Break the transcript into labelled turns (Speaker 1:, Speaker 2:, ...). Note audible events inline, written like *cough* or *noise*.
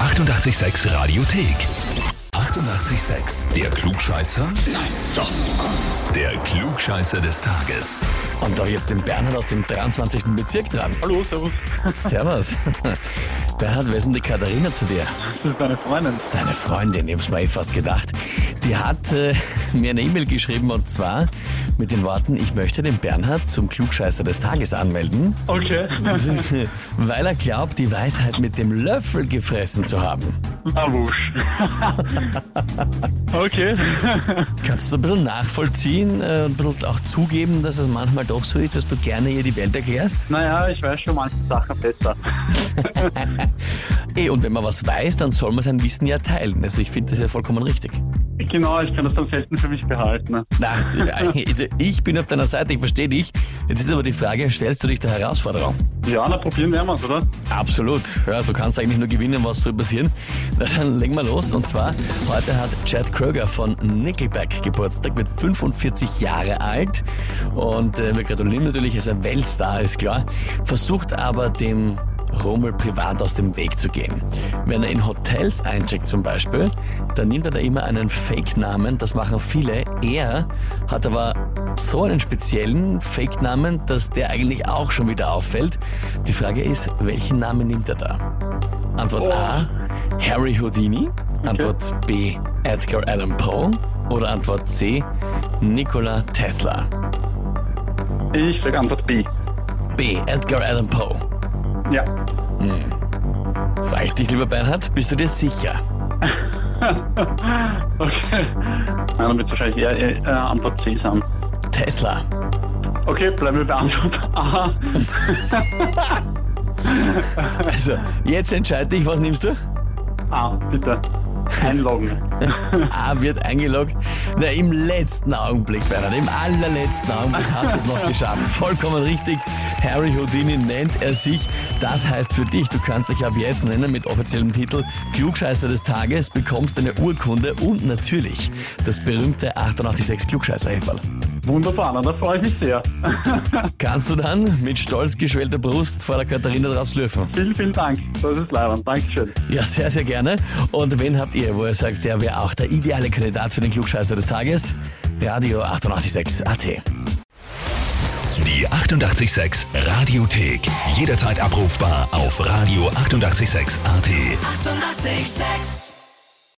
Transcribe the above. Speaker 1: 886 Radiothek. 88,6. Der Klugscheißer? Nein, doch. Der Klugscheißer des Tages.
Speaker 2: Und da jetzt den Bernhard aus dem 23. Bezirk dran.
Speaker 3: Hallo, servus.
Speaker 2: Servus. *laughs* Bernhard, wer ist denn die Katharina zu dir?
Speaker 3: Das ist deine Freundin.
Speaker 2: Deine Freundin, ich hab's mir eh fast gedacht. Die hat äh, *laughs* mir eine E-Mail geschrieben und zwar mit den Worten, ich möchte den Bernhard zum Klugscheißer des Tages anmelden, *laughs*
Speaker 3: Okay.
Speaker 2: weil er glaubt, die Weisheit mit dem Löffel gefressen zu haben.
Speaker 3: Na wusch. *laughs* okay.
Speaker 2: Kannst du ein bisschen nachvollziehen äh, ein bisschen auch zugeben, dass es manchmal doch so ist, dass du gerne ihr die Welt erklärst?
Speaker 3: Naja, ich weiß schon manche Sachen besser.
Speaker 2: Eh, und wenn man was weiß, dann soll man sein Wissen ja teilen. Also ich finde das ja vollkommen richtig.
Speaker 3: Genau, ich kann das am besten für mich behalten.
Speaker 2: Na, *laughs* also ich bin auf deiner Seite, ich verstehe dich. Jetzt ist aber die Frage, stellst du dich der Herausforderung?
Speaker 3: Ja, na probieren werden wir's, oder?
Speaker 2: Absolut. Ja, du kannst eigentlich nur gewinnen, was soll passieren. *laughs* Na, dann legen wir los. Und zwar, heute hat Chad Kroger von Nickelback Geburtstag, wird 45 Jahre alt. Und äh, wir gratulieren natürlich, er ist ein Weltstar, ist klar. Versucht aber dem Rummel privat aus dem Weg zu gehen. Wenn er in Hotels eincheckt zum Beispiel, dann nimmt er da immer einen Fake-Namen, das machen viele. Er hat aber so einen speziellen Fake-Namen, dass der eigentlich auch schon wieder auffällt. Die Frage ist, welchen Namen nimmt er da? Antwort
Speaker 3: Oh.
Speaker 2: A, Harry Houdini. Antwort B, Edgar Allan Poe. Oder Antwort C, Nikola Tesla.
Speaker 3: Ich sag Antwort B.
Speaker 2: B, Edgar Allan Poe.
Speaker 3: Ja. *laughs*
Speaker 2: Frag ich dich, lieber Bernhard, bist du dir sicher?
Speaker 3: okay. Na, dann wird's wahrscheinlich eher äh, äh, Antwort C sein.
Speaker 2: Tesla.
Speaker 3: Okay, bleiben wir bei Antwort A. *laughs*
Speaker 2: Also, jetzt entscheide ich, was nimmst du?
Speaker 3: A, Ah, bitte. *laughs* Einloggen.
Speaker 2: A Ah, wird eingeloggt. Na, im letzten Augenblick, Bernhard, im allerletzten Augenblick hat er es noch geschafft. Vollkommen richtig. Harry Houdini nennt er sich. Das heißt für dich, du kannst dich ab jetzt nennen mit offiziellem Titel Klugscheißer des Tages, bekommst eine Urkunde und natürlich das berühmte 886 klugscheißer -Häferl.
Speaker 3: Wunderbar, na, da freue ich mich sehr. *laughs*
Speaker 2: Kannst du dann mit stolz geschwellter Brust vor der Katharina draus löfen?
Speaker 3: vielen, vielen Dank. Das ist leider. Dankeschön.
Speaker 2: Ja, sehr, sehr gerne. Und wen habt ihr, wo ihr sagt, der wäre auch der ideale Kandidat für den Klugscheißer des Tages? Radio 886 AT.
Speaker 1: Die 88,6 Radiothek. Jederzeit abrufbar auf radio886.at. 88,6.
Speaker 4: Eighty-eight, sex.